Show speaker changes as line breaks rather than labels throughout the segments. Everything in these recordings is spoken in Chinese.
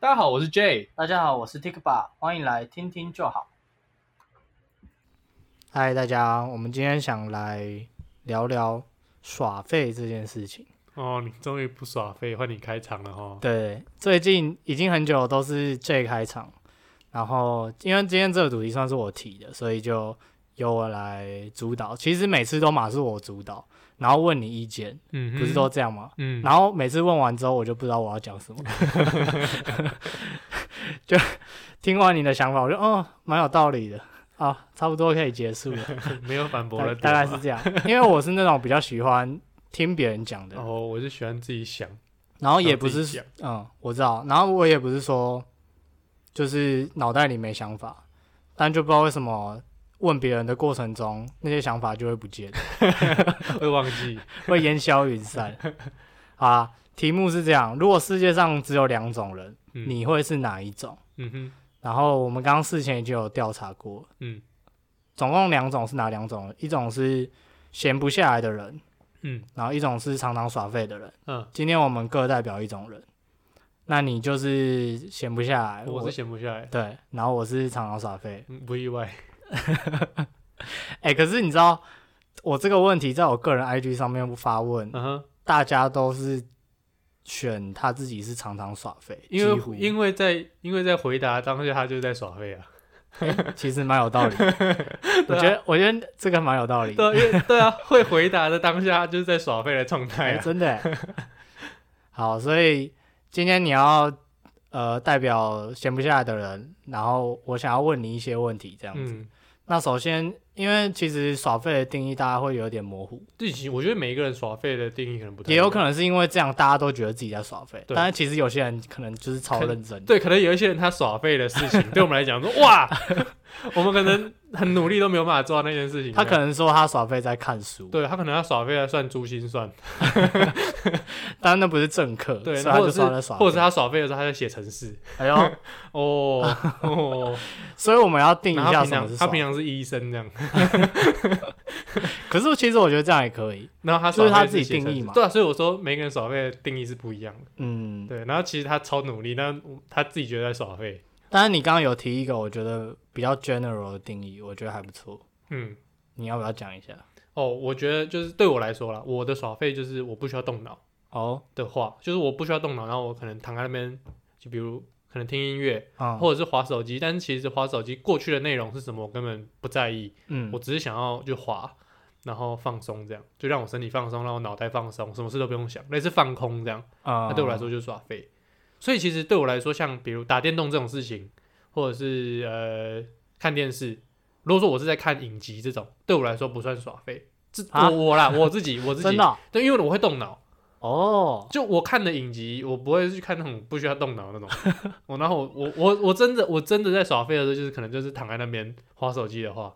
大家好，我是 J。
大家好，我是 Tikba，欢迎来听听就好。
嗨，大家，我们今天想来聊聊耍废这件事情。
哦，你终于不耍废，换你开场了哈。
对，最近已经很久都是 J 开场，然后因为今天这个主题算是我提的，所以就由我来主导。其实每次都嘛是我主导，然后问你意见，
嗯哼，
不是都这样吗？
嗯，
然后每次问完之后，我就不知道我要讲什么， 就听完你的想法，我就哦，蛮有道理的啊，差不多可以结束 了。
没有反驳
大
的
大概是这样，因为我是那种比较喜欢听别人讲的，
哦，我是喜欢自己想，
然后也
然后
不
自己
是， 嗯，我知道，然后我也不是说就是脑袋里没想法，但就不知道为什么问别人的过程中，那些想法就会不见，
会忘记。
会烟消云散。好啊，题目是这样：如果世界上只有两种人，
嗯
你会是哪一种？
嗯哼，
然后我们刚刚事前已经有调查过，
嗯
总共两种是哪两种？一种是闲不下来的人，
嗯
然后一种是常常耍废的人。
嗯，
今天我们各代表一种人，那你就是闲不下来，
哎我是闲不下来，
对，然后我是常常耍废。
嗯不意外。
哎、可是你知道我这个问题在我个人 IG 上面发问，
嗯哼，
大家都是选他自己是常常耍废，
因
几乎
为因为在因为在回答当下，他就是在耍 废啊。
其实蛮有 道理的。我觉得我觉得这个蛮有道理的，
啊对啊，因为对啊，会回答的当下他就是在耍废的状态
哎
啊。
真的 欸。好，所以今天你要呃代表闲不下来的人，然后我想要问你一些问题，这样子。
嗯，
那首先，因为其实耍废的定义大家会有点模糊，
对，其实我觉得每一个人耍废的定义可能不太一
也
样，
有可能是因为这样大家都觉得自己在耍废，
对
但是其实有些人可能就是超
可
认真的。
对，可能有一些人他耍废的事 情，对我们来讲说，哇，我们可能很努力都没有办法做到那件事情。
他可能说他耍废在看书，
对他可能要耍废来算珠心算，
但啊那不是政客，
对，
所以他
或
就
者是
说他在耍
或者是
废。
他耍废的时候他在写程式。
哎 呦，
哦哦，
所以我们要定
然
一
后他平
下什么是
常
耍
他平
废。
常是医生这样，
可是其实我觉得这样也可以，
然后他
就是
耍废
他自己
写程
定义
式
嘛
对啊，所以我说每个人耍废的定义是不一样的。
嗯。
对，然后其实他超努力，但他自己觉得在耍废。
但是你刚刚有提一个我觉得比较 general 的定义，我觉得还不错，
嗯，
你要不要讲一下？
哦，我觉得就是对我来说啦，我的耍废就是我不需要动脑
哦，
的话，就是我不需要动脑，然后我可能躺在那边，就比如可能听音乐
嗯
或者是划手机，但是其实划手机过去的内容是什么，我根本不在意，
嗯
我只是想要就滑，然后放松，这样就让我身体放松，让我脑袋放松，什么事都不用想，类似放空这样。
啊
那对我来说就是耍废。所以其实对我来说，像比如打电动这种事情，或者是呃看电视，如果说我是在看影集这种，对我来说不算耍废。这
啊
我我啦，我自己我自己
真的，哦
对，因为我会动脑。
哦，
就我看的影集，我不会去看那种不需要动脑那种。我然后我我我我真的我真的在耍废的时候，就是可能就是躺在那边划手机的话，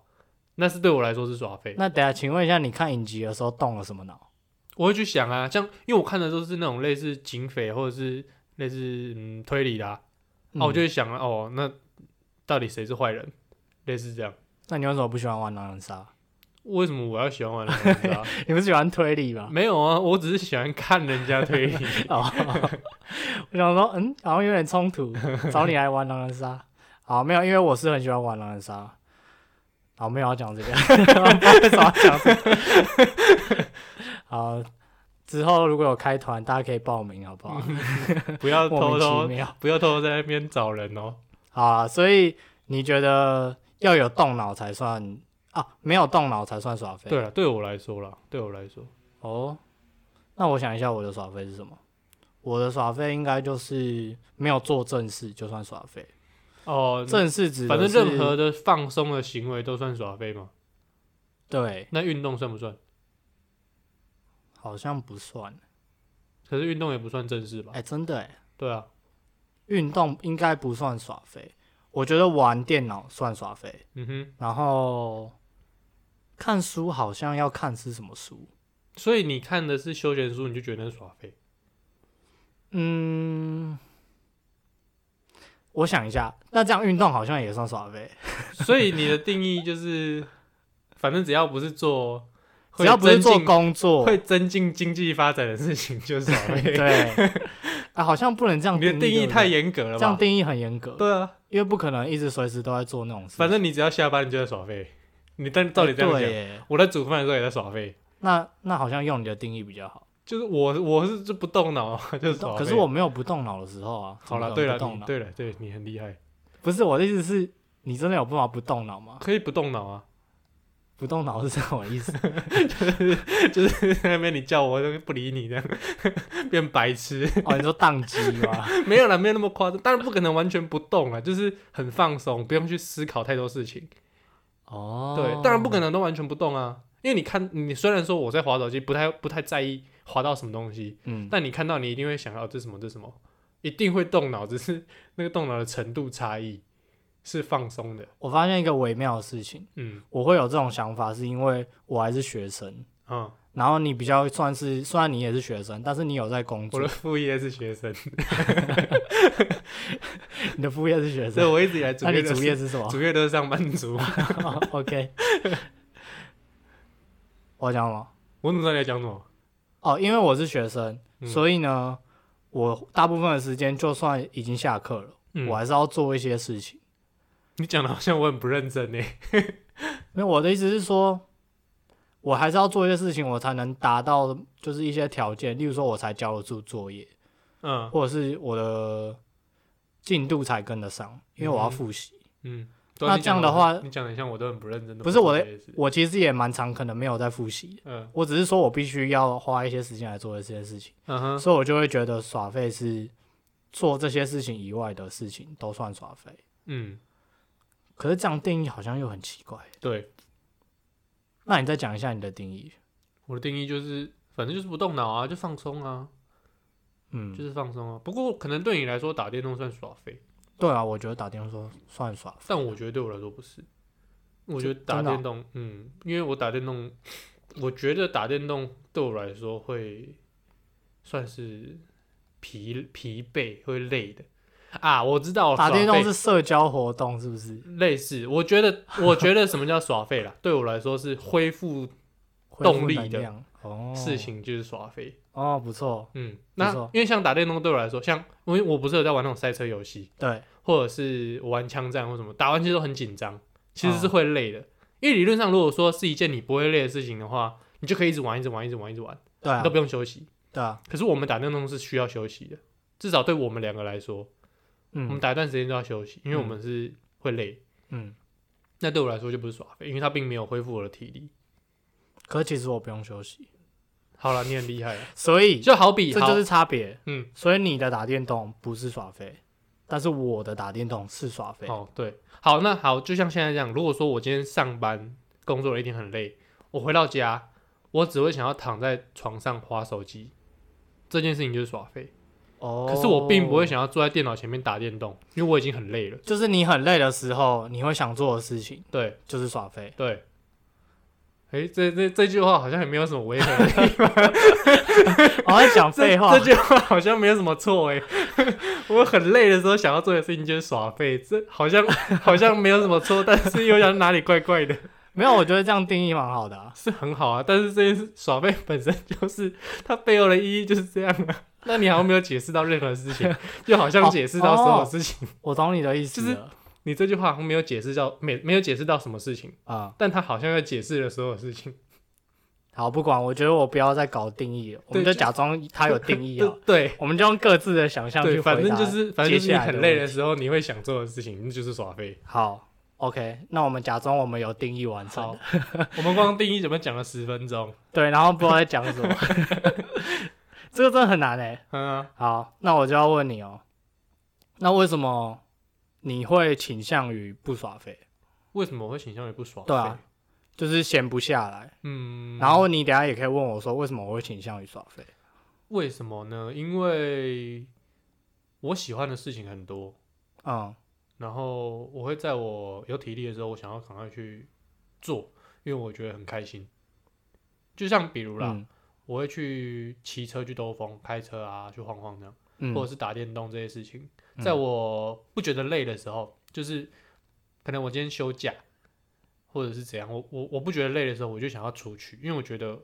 那是对我来说是耍废。
那等一下，请问一下，你看影集的时候动了什么脑？
我会去想啊，像因为我看的都是那种类似警匪或者是类似嗯推理啦、啊，
嗯
我就会想啊，哦，那到底谁是坏人？类似这样，
那你为什么不喜欢玩狼人杀？
为什么我要喜欢玩狼人杀？
你不是喜欢推理吗？
啊 没有啊，我只是喜欢看人家推理。
哦，我想说，嗯，好像有点冲突，找你来玩狼人杀。好，没有，因为我是很喜欢玩狼人杀。好，没有要讲这个，为什么要讲这个？好，之后如果有开团，大家可以报名，好不好？
不要
莫
偷
名其
偷，
妙。
不要偷偷在那边找人哦。
好啊，所以你觉得要有动脑才算啊？没有动脑才算耍废？
对了，对我来说啦，对我来说，
哦，那我想一下我的耍废是什么？我的耍废应该就是没有做正事就算耍废，
哦，
正事指的
反正
是
任何的放松的行为都算耍废嘛。
对，
那运动算不算？
好像不算。
可是运动也不算正事吧
哎、？真的哎，
对啊，
运动应该不算耍废，我觉得玩电脑算耍废，
嗯哼。
然后看书好像要看是什么书，
所以你看的是休闲书，你就觉得那是耍废。
嗯。我想一下，那这样运动好像也算耍废，
所以你的定义就是，反正只要不是做，
只要不是做
会增
工
进
作，
会增进经济发展的事情，就是耍废。
对，啊，好像不能这 样
你的定
定
义太
严，
严格了
这样
吧？
定义很严格，
对啊，
因为不可能一直随时都在做那种事情。
反正你只要下班你就在耍废，你但照你这样
哎对
讲，
耶
我在煮饭的时候也在耍废，
那那好像用你的定义比较好。
就是我我是就不动脑，就是耍废。
可是我没有不动脑的时候啊。
啊好了，
怎么可能
对
不
了，
动
你
脑
对了，对你很厉害，
不是我的意思是，你真的有办法不动脑吗？
可以不动脑啊，
不动脑是什么意思？
就是在那边你叫我就不理你这样， 变白痴。
哦，你说宕机吗？
没有啦，没有那么夸张，当然不可能完全不动啊，就是很放松，不用去思考太多事情。
哦，
对，当然不可能都完全不动啊，因为你看，你虽然说我在滑手机，不太不太在意滑到什么东西，
嗯，
但你看到你一定会想到、哦这什么这什么，一定会动脑，只是那个动脑的程度差异是放松的。
我发现一个微妙的事情，
嗯
我会有这种想法，是因为我还是学生。
嗯，
然后你比较算是，虽然你也是学生，但是你有在工
我
作
的，副业是学生，
你的副业是学
所以
生，
我一直以来主
那你
业都
主
是
业是什么
主业都是上班族。
？OK，我要讲什么？
我怎么知道你在讲什么？
哦，因为我是学生，
嗯
所以呢，我大部分的时间就算已经下课了，
嗯
我还是要做一些事情。
你讲的好像我很不认真欸呢。
没有，我的意思是说，我还是要做一些事情，我才能达到就是一些条件，例如说我才交得出作业，
嗯
或者是我的进度才跟得上，因为我要复习。
嗯，对啊
那
你讲
这样的话
好你讲的像我都很不认真。
不是我
的
的
意思，
我其实也蛮常可能没有在复习的，
嗯
我只是说我必须要花一些时间来做这些事情，
嗯哼，
所以我就会觉得耍废是做这些事情以外的事情都算耍废。
嗯，
可是这样定义好像又很奇怪。
对，
那你再讲一下你的定义。
我的定义就是，反正就是不动脑啊，就放松啊，
嗯，
就是放松啊。不过可能对你来说打电动算耍废，
对啊，我觉得打电话说算耍废。
但我觉得对我来说不是。我觉得打
真的哦
电动，嗯，因为我打电动，我觉得打电动对我来说会算是疲疲惫，会累的啊。我知道了
打
耍
电动
废
是社交活动，是不是？
类似，我觉 得，我觉得什么叫耍废啦？ 对我来说是恢复
恢复
动力
能
的
量哦，
事情就是耍废。
哦，不错，
嗯，
没
那
错
因为像打电动对我来说，像因为我不是有在玩那种赛车游戏，
对，
或者是我玩枪战或什么，打完其实都很紧张，其实是会累
哦
的。因为理论上，如果说是一件你不会累的事情的话，你就可以一直玩，一直玩，一直玩，一直玩，
对啊
都，不用休息。
对啊，
可是我们打电动是需要休息的，至少对我们两个来说，我们
嗯
打一段时间都要休息，因为
嗯
我们是会累。
嗯。
那对我来说就不是耍废，因为它并没有恢复我的体力。
可其实我不用休息，
好了，你很厉害啊，
所以
就好比
这
好
就是差别。
嗯，
所以你的打电动不是耍废，但是我的打电动是耍废。
哦，对，好，那好，就像现在这样，如果说我今天上班工作了一天很累，我回到家，我只会想要躺在床上划手机，这件事情就是耍废。
哦，
可是我并不会，想要坐在电脑前面打电动，因为我已经很累了。
就是你很累的时候，你会想做的事情
对
就是耍废。
对，哎，这这这句话好像也没有什么违 和力，
我哦在讲废话
这，句话好像没有什么错哎。 我很累的时候想要做的事情就是耍废，这好像好像没有什么错，但是又想哪里怪怪的。
没有，我觉得这样定义蛮好 的啊。
是很好啊，但是这件事耍废本身就是它背后的意义就是这样 啊。那你好像没有解释到任何事情，就好像解释到什么事情，
我懂你的意思
就是
了
你这句话好像没有解释到没没有解释到什么事情，
啊、
但它好像要解释了所有事情。
好，不管，我觉得我不要再搞定义了，我们
对
就
就
假装它有定 义
对
啊，
对
我们就用各自的想象去
对，
回答。
反正就是反正就是
接
你
下来的
很累
问
的
题
时候你会想做的事情，那就是耍 废。
好，OK，那我们假装我们有定义完成
好。，我们光定义怎么讲了十分钟，
对，然后不知道在讲 什么，这个真的很难哎、
嗯啊、
好，那我就要问你哦，那为什么你会倾向于不耍废，
为什么我会倾向于不耍废？
对啊就是闲不下来？
嗯，
然后你等一下也可以问我说，为什么我会倾向于耍废？
为什么呢？因为我喜欢的事情很多，
嗯，
然后我会在我有体力的时候，我想要赶快去做，因为我觉得很开心。就像比如啦，
嗯
我会去骑车去兜风，开车啊去晃晃这样，或者
嗯
是打电动这些事情，
嗯
在我不觉得累的时候，就是可能我今天休假，或者是怎样，我我我不觉得累的时候，我就想要出去，因为我觉得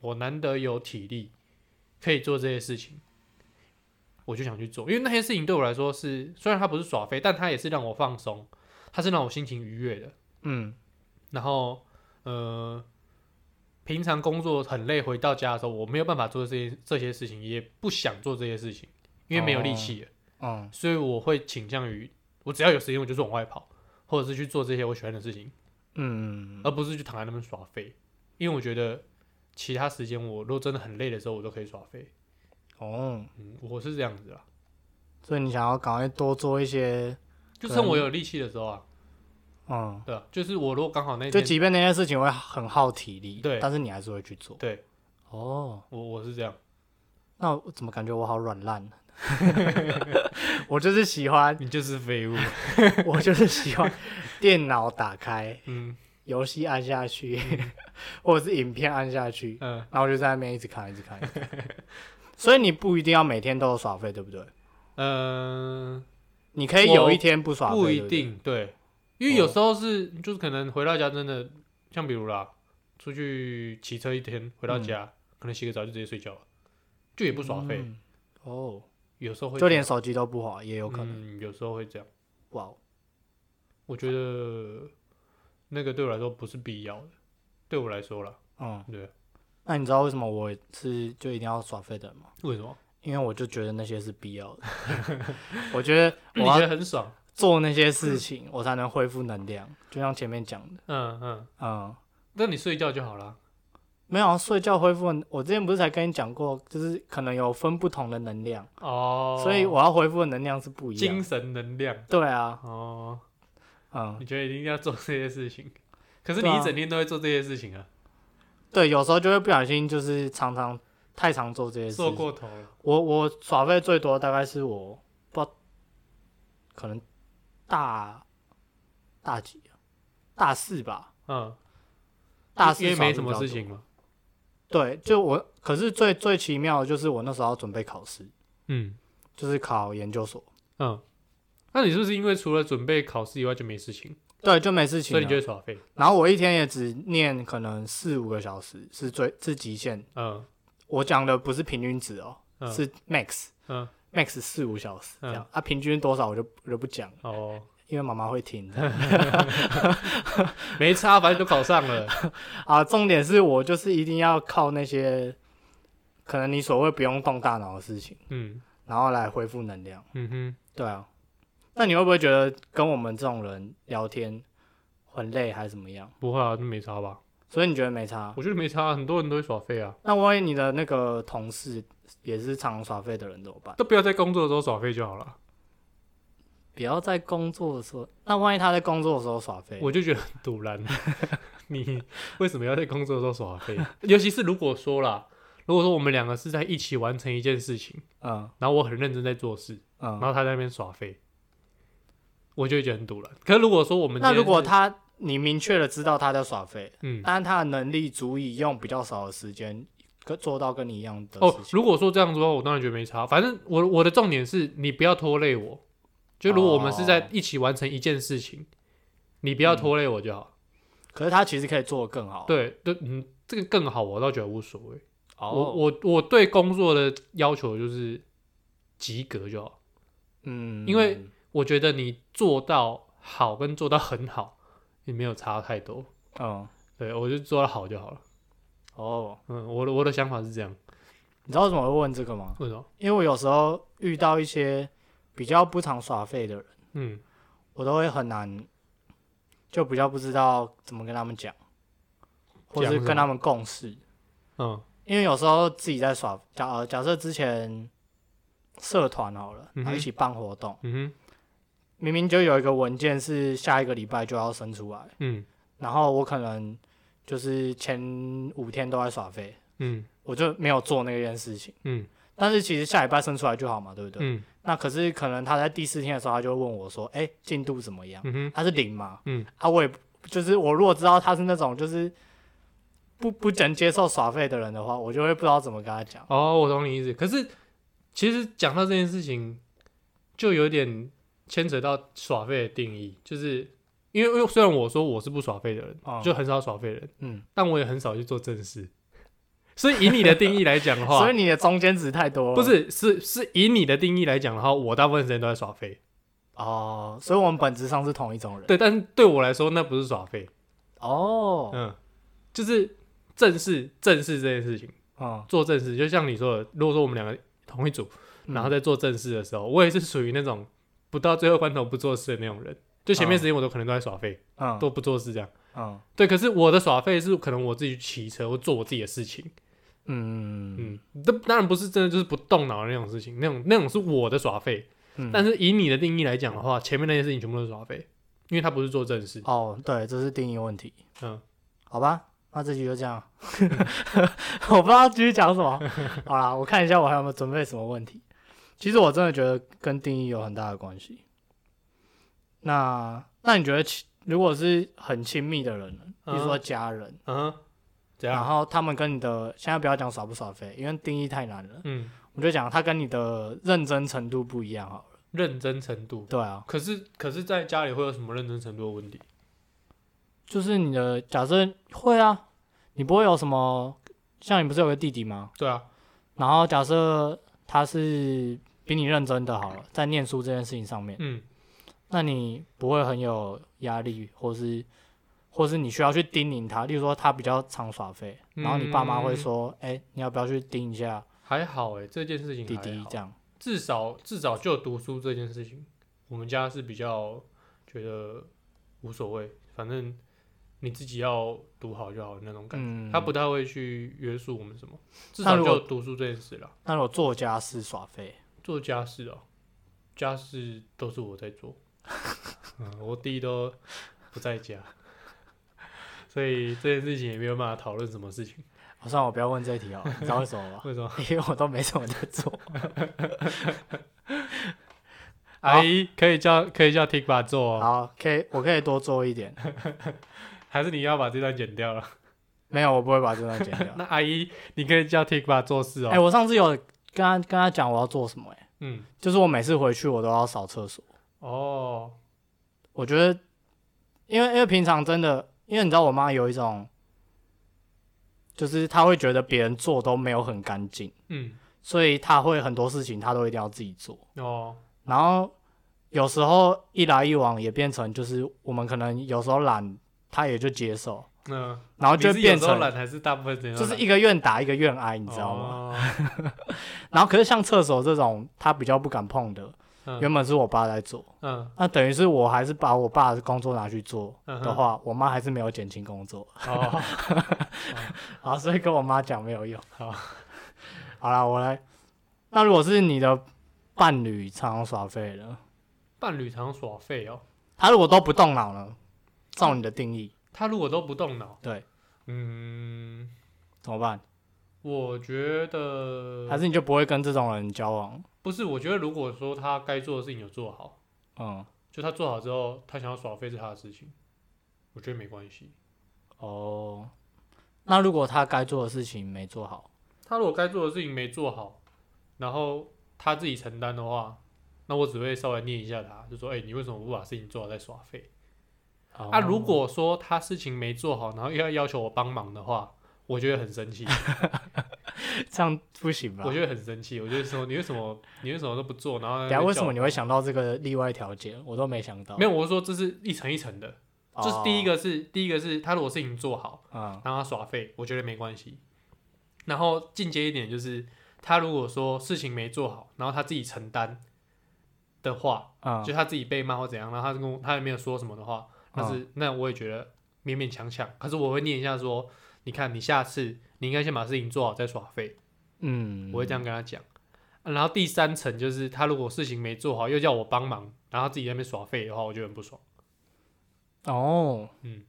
我难得有体力可以做这些事情。我就想去做，因为那些事情对我来说是，虽然它不是耍废，但它也是让我放松，它是让我心情愉悦的。
嗯，
然后，呃，平常工作很累，回到家的时候，我没有办法做这些这些事情，也不想做这些事情，因为没有力气了。
嗯，
所以我会倾向于，我只要有时间我就是往外跑，或者是去做这些我喜欢的事情，
嗯，
而不是去躺在那边耍废。因为我觉得其他时间我如果真的很累的时候，我都可以耍废。
哦，
嗯，我是这样子啦，
所以你想要赶快多做一些，
就趁我有力气的时候啊，
嗯，
对啊，就是我如果刚好那一
就
天，
即便那些事情会很耗体力，
对
但是你还是会去做。
对
哦，
我我是这样，
那我怎么感觉我好软烂？啊 我就是喜欢，
你就是废物。
我就是喜欢电脑打开，
嗯
游戏按下去， 或者是影片按下去，
嗯，
然后我就在那边一直看，一直看。一直看 所以你不一定要每天都有耍废，对不对？
呃，
你可以有一哦天不耍废，
不
对
一
对
定对，因为有时候是就是可能回到家真的，像比如啦，出去骑车一天，回到
嗯
家、可能洗个澡就直接睡觉了，就也不耍废。
嗯哦，
有时候会
就
这样
连手机都不滑也有可能。
嗯，有时候会这样。
哇哦，
我觉得那个对我来说不是必要的，对我来说啦，
嗯，
对，
那你知道为什么我是就一定要耍废的人吗？
为什么？
因为我就觉得那些是必要 的， 我觉得我
你觉
要
得很爽？
做那些事情，我才能恢复能量。就像前面讲的，
嗯嗯，
嗯，
那你睡觉就好啦。
没有啊睡觉恢复能，我之前不是才跟你讲过，就是可能有分不同的能量，
哦，
所以我要恢复的能量是不一样
精
的。
神能量
对啊，
哦，
嗯，
你觉得一定要做这些事情？可是你
对啊
一整天都会做这些事情啊，
对，有时候就会不小心，就是常常太常做这些事
做
情。
过头了。
我我耍费最多大概是我不知道，可能大大几啊大四吧，
嗯，
大四
因为
耍
没
费
什么
比较
事
多
情。嘛。
对，就我，可是最最奇妙的就是我那时候要准备考试，
嗯
就是考研究所，
嗯，那你是不是因为除了准备考试以外就没事情，
对，就没事情
所
啊了。
以你就会耍废？
然后我一天也只念可能四五个小时是最是极限，
嗯
我讲的不是平均值哦，
嗯
是 max
嗯，
max 四五小时这样、
嗯
啊，平均多少我就我就不讲了，
哦，
因为妈妈会 听。
没差，反正都考上了。
啊，重点是我就是一定要靠那些可能你所谓不用动大脑的事情，
嗯
然后来恢复能量。
嗯哼。
对啊，那你会不会觉得跟我们这种人聊天很累还是怎么样？
不会啊，那没差吧？
所以你觉得没差？
我觉得没差啊，很多人都会耍废啊，
那万一你的那个同事也是常耍废的人怎么办？
都不要在工作的时候耍废就好了。
不要在工作的时候，那万一他在工作的时候耍废，
我就觉得很堵 然，你为什么要在工作的时候耍废？尤其是如果说啦，如果说我们两个是在一起完成一件事情，
嗯
然后我很认真在做事，然
嗯，
后他在那边耍废，我就会觉得很堵然。可是如果说我们
那
今天
如果
是
他你明确的知道他在耍废，
嗯
但是他的能力足以用比较少的时间跟做到跟你一样的
哦
事，情。
如果说这样子的话，我当然觉得没差。反正我我的重点是你不要拖累我，就如果我们是
哦
在一起完成一件事情，你
嗯
不要拖累我就好。
可是他其实可以做得更好。，
对对，嗯，这个更好，我倒觉得无所谓。
哦、
我我我对工作的要求就是及格就好。
嗯，
因为我觉得你做到好跟做到很好，也没有差太多。
嗯
对我就做到好就好了。
哦，
嗯，我的我的想法是这样。
你知道为什么我会问这个吗？
为什么？
因为我有时候遇到一些比较不常耍废的人，
嗯，
我都会很难，就比较不知道怎么跟他们讲，或
讲
是
什
跟
么
他们共事。
嗯
因为有时候自己在耍，假呃假设之前社团好了，
嗯哼
然后一起办活动，
嗯
明明就有一个文件是下一个礼拜就要生出来
哼，嗯
然后我可能就是前五天都在耍废，
嗯
我就没有做那件事情。
嗯
但是其实下礼拜生出来就好嘛，对不对？
嗯
那可是可能他在第四天的时候，他就会问我说：“哎、进度怎么样
嗯哼？”
他是零嘛？
嗯，
啊，我也不就是我如果知道他是那种就是不不能接受耍废的人的话，我就会不知道怎么跟他讲。
哦，我懂你意思。可是其实讲到这件事情，就有点牵扯到耍废的定义，就是因为因为虽然我说我是不耍废的人，
嗯
就很少耍废的人，
嗯，
但我也很少去做正事，所以以你的定义来讲的话
所以，你的中间值太多了。
不是是是以你的定义来讲的话，我大部分时间都在耍废。
哦，所以我们本质上是同一种人。
对，但是对我来说那不是耍废，
哦，
嗯，就是正视正视这件事情，
嗯，
做正事。就像你说的，如果说我们两个同一组，
嗯
然后在做正事的时候，我也是属于那种不到最后关头不做事的那种人。就前面时间我都可能都在耍废，
嗯
都不做事这样。
嗯
对，可是我的耍废是可能我自己骑车或做我自己的事情，
嗯
嗯，这当然不是真的就是不动脑的那种事情，那种那种是我的耍废。
嗯，
但是以你的定义来讲的话，前面那些事情全部都是耍废，因为他不是做正事。
哦，对，这是定义问题。
嗯，
好吧，那这局就这样。 我不知道继续讲什么。好啦，我看一下我还有没有准备什么问题。其实我真的觉得跟定义有很大的关系。那那你觉得亲，如果是很亲密的人，比如说家人，
嗯哼，怎
然
样？
后他们跟你的现在不要讲耍不耍飞，因为定义太难了，
嗯，
我就讲他跟你的认真程度不一样好了。
认真程度。
对啊，
可是可是在家里会有什么认真程度的问题？
就是你的假设会啊，你不会有什么，像你不是有个弟弟吗？
对啊，
然后假设他是比你认真的好了，在念书这件事情上面，
嗯
那你不会很有压力，或是或是你需要去叮咛他，例如说他比较常耍废，
嗯
然后你爸妈会说，哎、你要不要去叮一下
还好哎、这件事情
弟
还
弟
好
这样？
至少至少就读书这件事情，我们家是比较觉得无所谓，反正你自己要读好就好的那种感觉。
嗯，
他不太会去约束我们什么，至
那
少
如果
就读书这件事啦。
那如果做家事耍废，
做家事哦，家事都是我在做， 嗯，我弟都不在家，所以这件事情也没有办法讨论什么事情。
好，算了我不要问这一 题哦，你知道为什么吗？
为什么？
因为我都没什么在做。
阿姨可以叫可以叫 t i k b a 做、哦，
好，可以，我可以多做一点。
还是你要把这段剪掉了？
没有，我不会把这段剪掉。
那阿姨，你可以叫 t i k b a 做事哦。
哎、我上次有跟他跟他讲我要做什么、哎。
嗯，
就是我每次回去我都要扫厕所。
哦，
我觉得，因为因为平常真的，因为你知道我妈有一种，就是她会觉得别人做都没有很干净，
嗯，
所以她会很多事情她都一定要自己做。
哦，
然后有时候一来一往也变成就是我们可能有时候懒，她也就接受，
那
然后
嗯你
就是
有
变
时候
成
懒还是大部分时间都
就是
懒哦
一个愿打一个愿挨，你知道吗？
吗？
然后可是像厕所这种她比较不敢碰的，
嗯
原本是我爸在做，
嗯，
那等于是我还是把我爸的工作拿去做
嗯哼
的话，我妈还是没有减轻工作
哦，
啊，所以跟我妈讲没有用。
好，
好啦，我来。那如果是你的伴侣常常耍废呢？
伴侣常耍废哦。
他如果都不动脑呢？照你的定义，
他如果都不动脑，
对，
嗯，
怎么办？
我觉得
还是你就不会跟这种人交往？
不是。我觉得如果说他该做的事情有做好，
嗯，
就他做好之后，他想要耍废是他的事情，我觉得没关系。
哦。那如果他该做的事情没做好，
他如果该做的事情没做好，然后他自己承担的话，那我只会稍微念一下他，就说：“哎、你为什么不把事情做好再耍废？”
哦
啊，如果说他事情没做好，然后又要要求我帮忙的话，我就会很生气，
这样不行吧？
我就会很生气，我就会说：“你为什么你为什么都不做？”然后
等下为什么
你
你会想到这个例外条件？我都没想到。
没有？我是说这是一层一层的。
哦，
就是第一个是第一个是他如果事情做好，
嗯，
让他耍废，我觉得没关系。然后进阶一点就是，他如果说事情没做好，然后他自己承担的话，
嗯
就他自己被骂或怎样，然后他跟我他也没有说什么的话，那是、那我也觉得勉勉强强。可是我会念一下说，你看你下次你应该先把事情做好再耍废，
嗯，
我会这样跟他讲。啊然后第三层就是他如果事情没做好，又叫我帮忙，然后自己在那边耍废的话，我就很不爽，
哦，
嗯，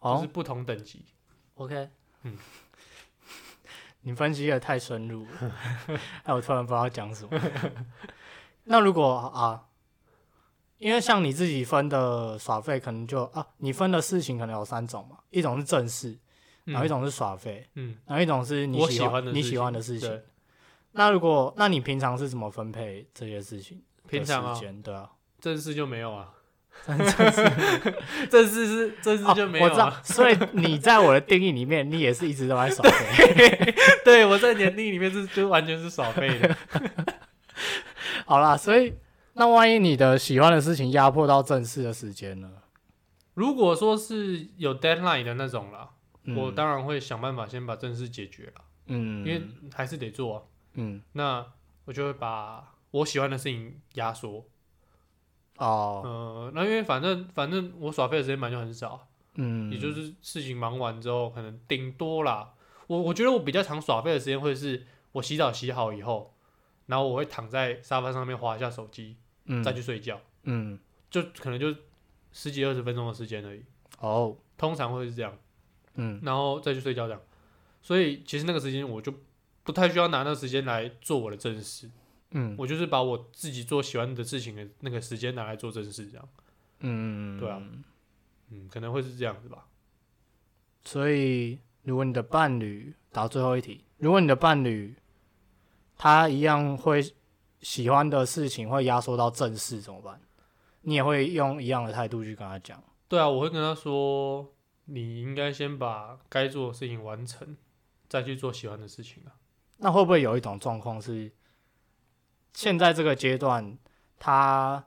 哦
就是不同等级。
，OK，
嗯，
你分析的太深入了， 哎，我突然不知道讲什么。 那如果啊，因为像你自己分的耍费，可能就啊，你分的事情可能有三种嘛，一种是正事，然后
嗯
一种是耍费，
嗯，
然后一种是你
我
喜
喜欢的
你
事
喜
情
欢的事情
对。
那如果那你平常是怎么分配这些事情的
平
时间？
常啊
对啊，
正事就没有啊。正式是正式就没有啊
哦我知 道
了。，
所以你在我的定义里面，你也是一直都在耍 废。
对我在年历里面是就完全是耍废的。
好啦，所以那万一你的喜欢的事情压迫到正式的时间呢？
如果说是有 deadline 的那种啦，
嗯
我当然会想办法先把正事解决了，
嗯，
因为还是得做啊。
嗯
那我就会把我喜欢的事情压缩。
哦
呃，那因为反正反正我耍废的时间本来就很少，
嗯，
也就是事情忙完之后，可能顶多啦。我我觉得我比较常耍废的时间会是我洗澡洗好以后，然后我会躺在沙发上面划一下手机，
嗯
再去睡觉，
嗯
就可能就十几二十分钟的时间而已，
哦
通常会是这样，
嗯
然后再去睡觉这样。所以其实那个时间我就不太需要拿那个时间来做我的正事，
嗯
我就是把我自己做喜欢的事情的那个时间拿来做正事，这样，
嗯，
对啊。嗯，可能会是这样子吧。
所以，如果你的伴侣答最后一题，如果你的伴侣他一样会喜欢的事情会压缩到正事怎么办？你也会用一样的态度去跟他讲。
对啊，我会跟他说，你应该先把该做的事情完成，再去做喜欢的事情啊。
那会不会有一种状况是，现在这个阶段，他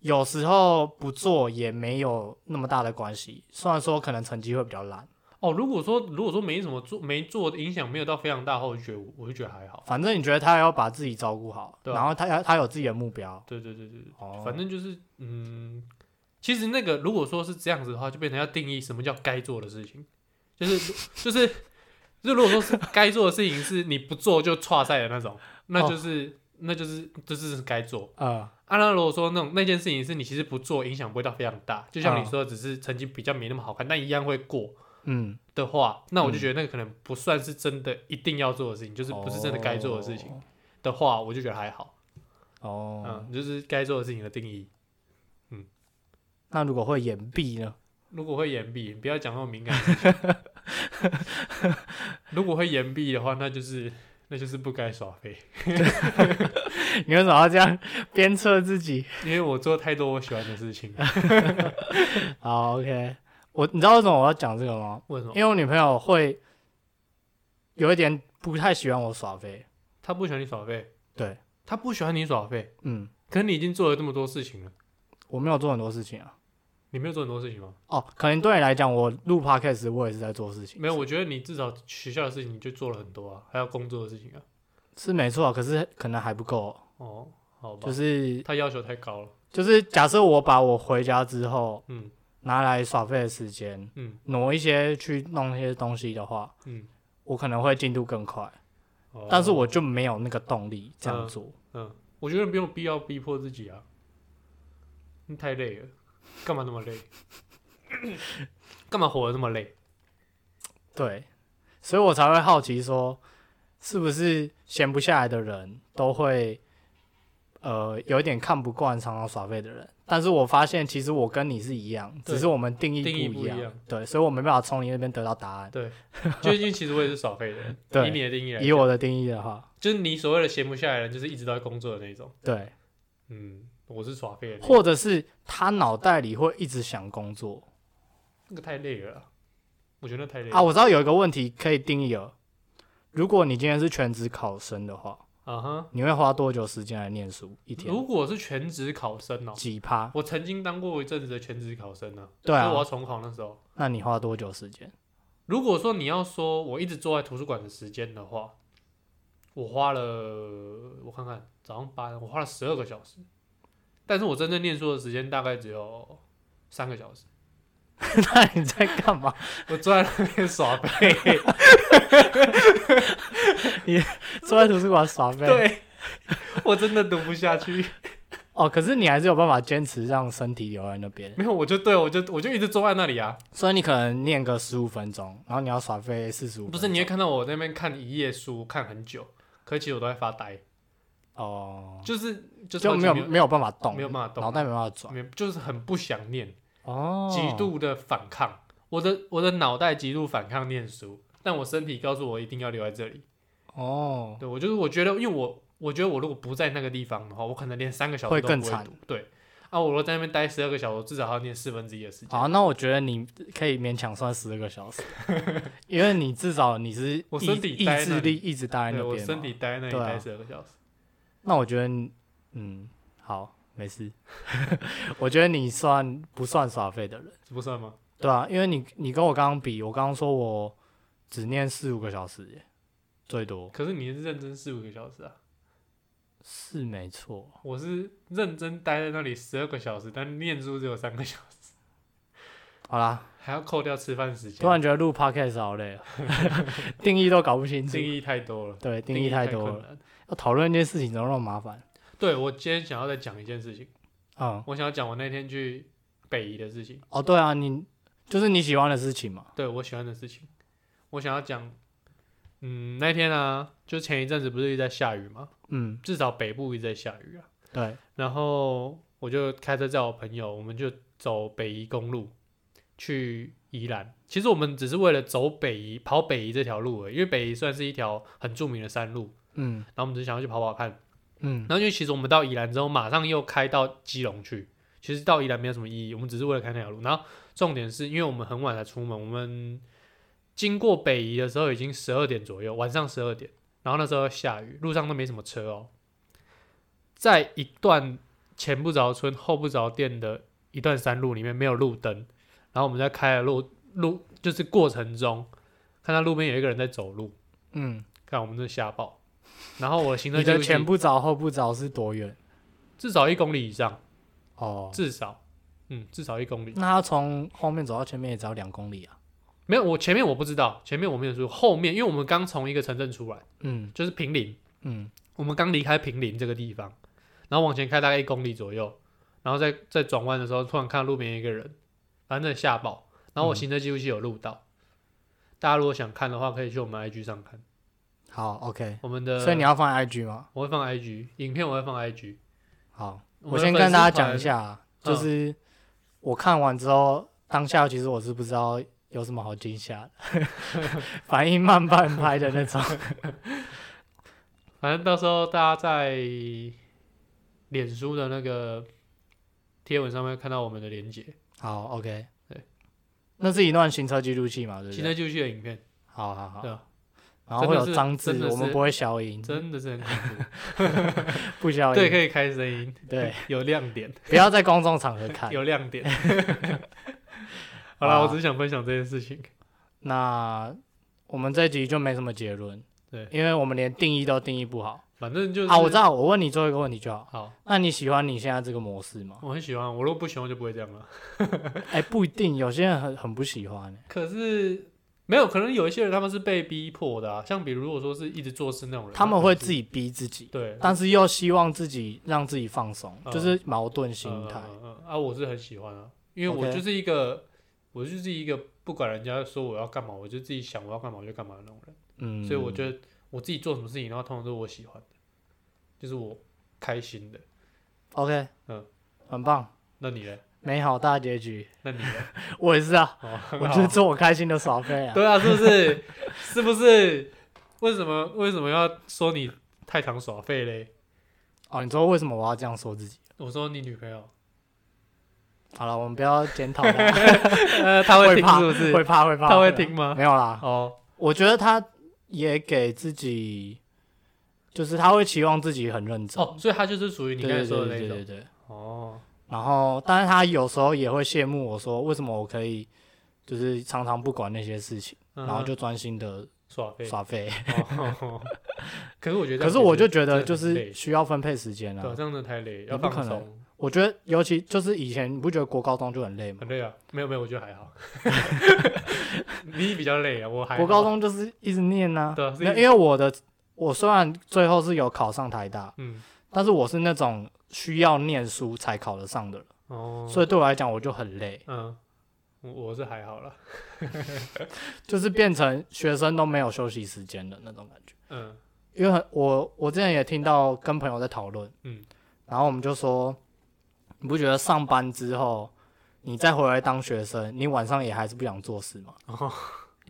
有时候不做也没有那么大的关系，虽然说可能成绩会比较烂，
哦，如果说如果说没什么做没做的影响没有到非常大的话，我就觉得我我就觉得还好。
反正你觉得他要把自己照顾好，
对啊
然后他要他有自己的目标，
对对对对对，
哦，
反正就是嗯，其实那个如果说是这样子的话，就变成要定义什么叫该做的事情，就是 就是就如果说是该做的事情是你不做就岔赛的那种，那就是、那就是就是该做。
呃，
啊，那如果说那种那件事情是你其实不做，影响不会到非常大，就像
嗯
你说，只是成绩比较没那么好看，但一样会过
嗯，
的话，那我就觉得那个可能不算是真的一定要做的事情，就是不是真的该做的事情的话，我就觉得还好。
哦。哦
嗯，就是该做的事情的定义。
那如果会延毕呢？
如果会延毕，不要讲那么敏感的事 情。如果会延毕的话，那就是那就是不该耍废，
你为什么要这样鞭策自己？
因为我做太多我喜欢的事情了。
好，OK，我你知道为什么我要讲这个吗？
为什么？
因为我女朋友会有一点不太喜欢我耍飞，
他不喜欢你耍废，
对，
他不喜欢你耍废，
嗯，
可是你已经做了这么多事情了，
我没有做很多事情啊。
你没有做很多事情吗？
哦，可能对你来讲，我录 podcast 我也是在做事情，
没有，我觉得你至少学校的事情你就做了很多啊，还有工作的事情啊。
是没错啊，可是可能还不够，啊
哦，好吧，
就是
他要求太高了。
就是假设我把我回家之后
嗯
拿来耍废的时间
嗯
挪一些去弄一些东西的话，
嗯。
我可能会进度更快，
哦
但是我就没有那个动力这样做。
嗯，我觉得不用必要逼迫自己啊，你太累了，干嘛那么累？ 干嘛活得那么累？
对，所以我才会好奇说，是不是闲不下来的人都会，呃，有一点看不惯常常耍废的人。但是我发现，其实我跟你是一样，
对
只是我们定义
定义
不
不一
样。
样
对，所以我没办法从你那边得到答案。，
对，就因为其实我也是耍废的人
对
以你的定义来
以
讲，
我的定义的话，
就是你所谓的闲不下来的人，就是一直都在工作的那种。
对，
嗯，我是耍废的人，
或者是他脑袋里会一直想工作
那个太累了啊，我觉得那太累了
啊。我知道有一个问题可以定义了，如果你今天是全职考生的话，
啊哈。
你会花多久时间来念书？一天
如果是全职考生哦、
几趴？
我曾经当过一阵子的全职考生呢、
对
所以我要
啊，
重考那时候。
那你花多久时间？
如果说你要说我一直坐在图书馆的时间的话，我花了我看看早上八，我花了十二个小时，但是我真正念书的时间大概只有三个小时。
那你在干嘛？
我坐在那边耍废，
坐在图书馆耍 废。
对我真的读不下去。
哦，可是你还是有办法坚持让身体留在那边，
没有，我就对我就我就一直坐在那里啊。
所以你可能念个十五分钟，然后你要耍废四十五。
不是，你会看到我在那边看一页书看很久，可其实我都在发呆，
哦，
就是就是
就
完
没
全
有没有办法动，
没有办法动
脑袋没办法转。
没有就是很不想念，
哦，
极度的反抗。我的我的脑袋极度反抗念书，但我身体告诉我一定要留在这里。
哦，
对我就是我觉得，因为我我觉得我如果不在那个地方的话，我可能连三个小时
会
都
更
不会
惨
读。对，啊，我如果在那边待十二个小时，我至少还要念四分之一的时间。
好，那我觉得你可以勉强算十二个 小时，因为你至少你是
我
意
身体
意
待
志
那
力
里
一直待在
对
那
我
边嘛。
身体待那里
对啊
待十二个小时，
那我觉得你，嗯，好，没事。 我觉得你算不算耍废的人？
这不算吗？
对啊，因为你你跟我刚刚比，我刚刚说我只念四五个小时耶，最多
可是你是认真四五个小时啊，
是没错。
我是认真待在那里十二个小时，但念书只有三个小时，
好啦，
还要扣掉吃饭时间
突，然觉得录 podcast 好累啊， 定义都搞不清楚
定。义太多了，
对，定
定
义太多
困
了，
难。
要讨论一件事情怎么那么麻烦？
对我今天想要再讲一件事情，
嗯，
我想要讲我那天去北宜的事情，
哦，对啊，你就是你喜欢的事情嘛。
对我喜欢的事情，我想要讲，嗯，那天啊，就前一阵子不是一直在下雨吗？
嗯，
至少北部一直在下雨啊。
对，
然后我就开车载我朋友，我们就走北宜公路去宜兰。其实我们只是为了走北宜、跑北宜这条路而已，因为北宜算是一条很著名的山路，
嗯
然后我们只是想要去跑跑看。
嗯，
然后因为其实我们到宜兰之后，马上又开到基隆去。其实到宜兰没有什么意义，我们只是为了开那条路。然后重点是因为我们很晚才出门，我们经过北宜的时候已经十二点左右，晚上十二点。然后那时候下雨，路上都没什么车哦。在一段前不着村后不着店的一段山路里面没有路灯，然后我们在开的路路就是过程中，看到路边有一个人在走路，
嗯，
看我们就吓爆。然后我的行车
你
记
的
录器
前不着后不着是多远？
至少一公里以上，
哦，
至少，嗯，至少一公里。
那他从后面走到前面也只要两公里啊。
没有，我前面我不知道，前面我没有说，后面因为我们刚从一个城镇出来，
嗯
就是平林，
嗯
我们刚离开平林这个地方，然后往前开大概一公里左右，然后在在转弯的时候，突然看到路边有一个人，反正吓爆，然后我行车记录器有录到。大家如果想看的话，可以去我们 IG 上看。
好，OK。
我们的，
所以你要放 IG 吗？
我会放 IG 影片，我会放 IG。
好，
们
我
的
先
粉
跟
丝
大家
团
讲一，下啊，
嗯
就是我看完之后，当下其实我是不知道有什么好惊吓的， 反应慢半拍的那种。
反正到时候大家在脸书的那个贴文上面看到我们的连接，
好，OK。
对，
那是一段行车记录器嘛，对不
行
对？
车记录器的影片，
好好好
对。啊，
然后会
真的
有
是
脏
真
字，
的
我们
是
不会消音，
真的是很恐怖。
不消音。
对，可以开声 音，
对，
有亮点，
不要在公众场合看。
有亮 点。好了，
哇
我只是想分享这件事情。
那我们这集就没什么结论，
对
因为我们连定义都定义不好。
反正就是
啊，我知道，我问你最后一个问题就好。
好，
那你喜欢你现在这个模式 吗？
我很喜欢。我如果不喜欢，我就不会这样了。
哎、不一定，有些人很很不喜欢、欸
可是没有，可能有一些人他们是被逼迫的啊，像比如如果说是一直做事那种人，
他们会自
己
己逼自己，
对啊
但是又希望自己让自己放松，
嗯
就是矛盾心态。
嗯嗯嗯嗯啊，我是很喜欢啊，因为我
OK
就是一个我就是一个不管人家说我要干嘛，我就自己想我要干嘛我就干嘛的那种人。
嗯，
所以我觉得我自己做什么事情，然后通常都是我喜欢的，就是我开心的。
OK，
嗯
很棒，
那你呢？
美好大结局。
那你呢？
我也是啊，
哦，很
我
好
就是做我开心的耍废啊。
对啊，是不是？是不是？为什么为什么要说你太常耍废嘞？
哦，你知道为什么我要这样说自己？
我说你女朋 友，
好了，我们不要检 讨他，
呃，她会听
怕
是不是？
会怕会怕，
她会
怕
听吗？
没有啦，
哦，
我觉得他也给自己，就是他会期望自己很认真。
哦，所以她就是属于你
对
刚才
对
说
对
的那
对
种
对。对。
哦，
然后，但是他有时候也会羡慕我说，为什么我可以就是常常不管那些事情，
嗯
然后就专心的
耍废。
耍废。
哦 可是我觉得这样其实，
可是我就觉
真
得
的
就
很累
是需要分配时间
对
啊
啊，。这样真的太累，
你
要
不
放
可能
松，
我觉得尤其就是以前，你不觉得国高中就很累吗
很？累啊。没有没有，我觉得还 好。你比较累啊，我还
国高
好
中就是一直念呐、
对啊是一
没有因为我的我虽然最后是有考上台大，
嗯
但是我是那种需要念书才考得上的人，
哦，
所以对我来讲我就很累。
嗯，我我是还好啦，
就是变成学生都没有休息时间的那种感觉。
嗯
因为很我我之前也听到跟朋友在讨论，
嗯，
然后我们就说，你不觉得上班之后，你再回来当学生，你晚上也还是不想做事吗？
哦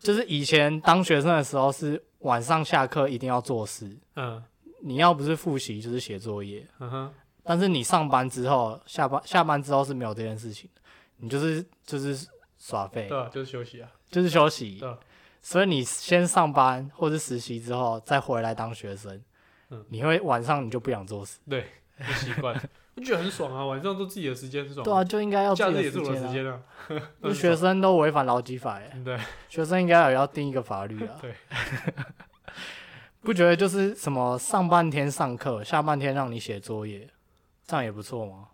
就是以前当学生的时候是晚上下课一定要做事，
嗯
你要不是复习就是写作业，
嗯哼，
但是你上班之后，下班下班之后是没有这件事情的，你就是就是耍废
对，啊，就是休息啊，
就是休息
对。啊，
所以你先上班或是实习之后，再回来当学生
嗯，
你会晚上你就不想做事。
不习 惯，我觉得很爽啊，晚上都自己的时间很爽
对啊，就应该要自
假
己
日
的
也是
时
我的
间
时
啊。哎
间啊，
那学生都违反劳基法耶，
对，
学生应该也要定一个法律啊。
对，
不觉得就是什么上半天上课，下半天让你写作业，这样也不错吗？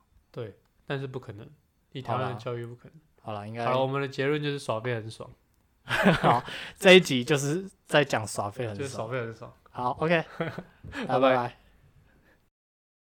但是不可能，以台
好
湾
啦
的教育不可能。
好了，应
好了，
该
我们的结论就是耍费很爽，
这一集就是在讲耍废
就
很
是耍
爽。
费很爽。
好，OK，
拜
拜
拜
拜。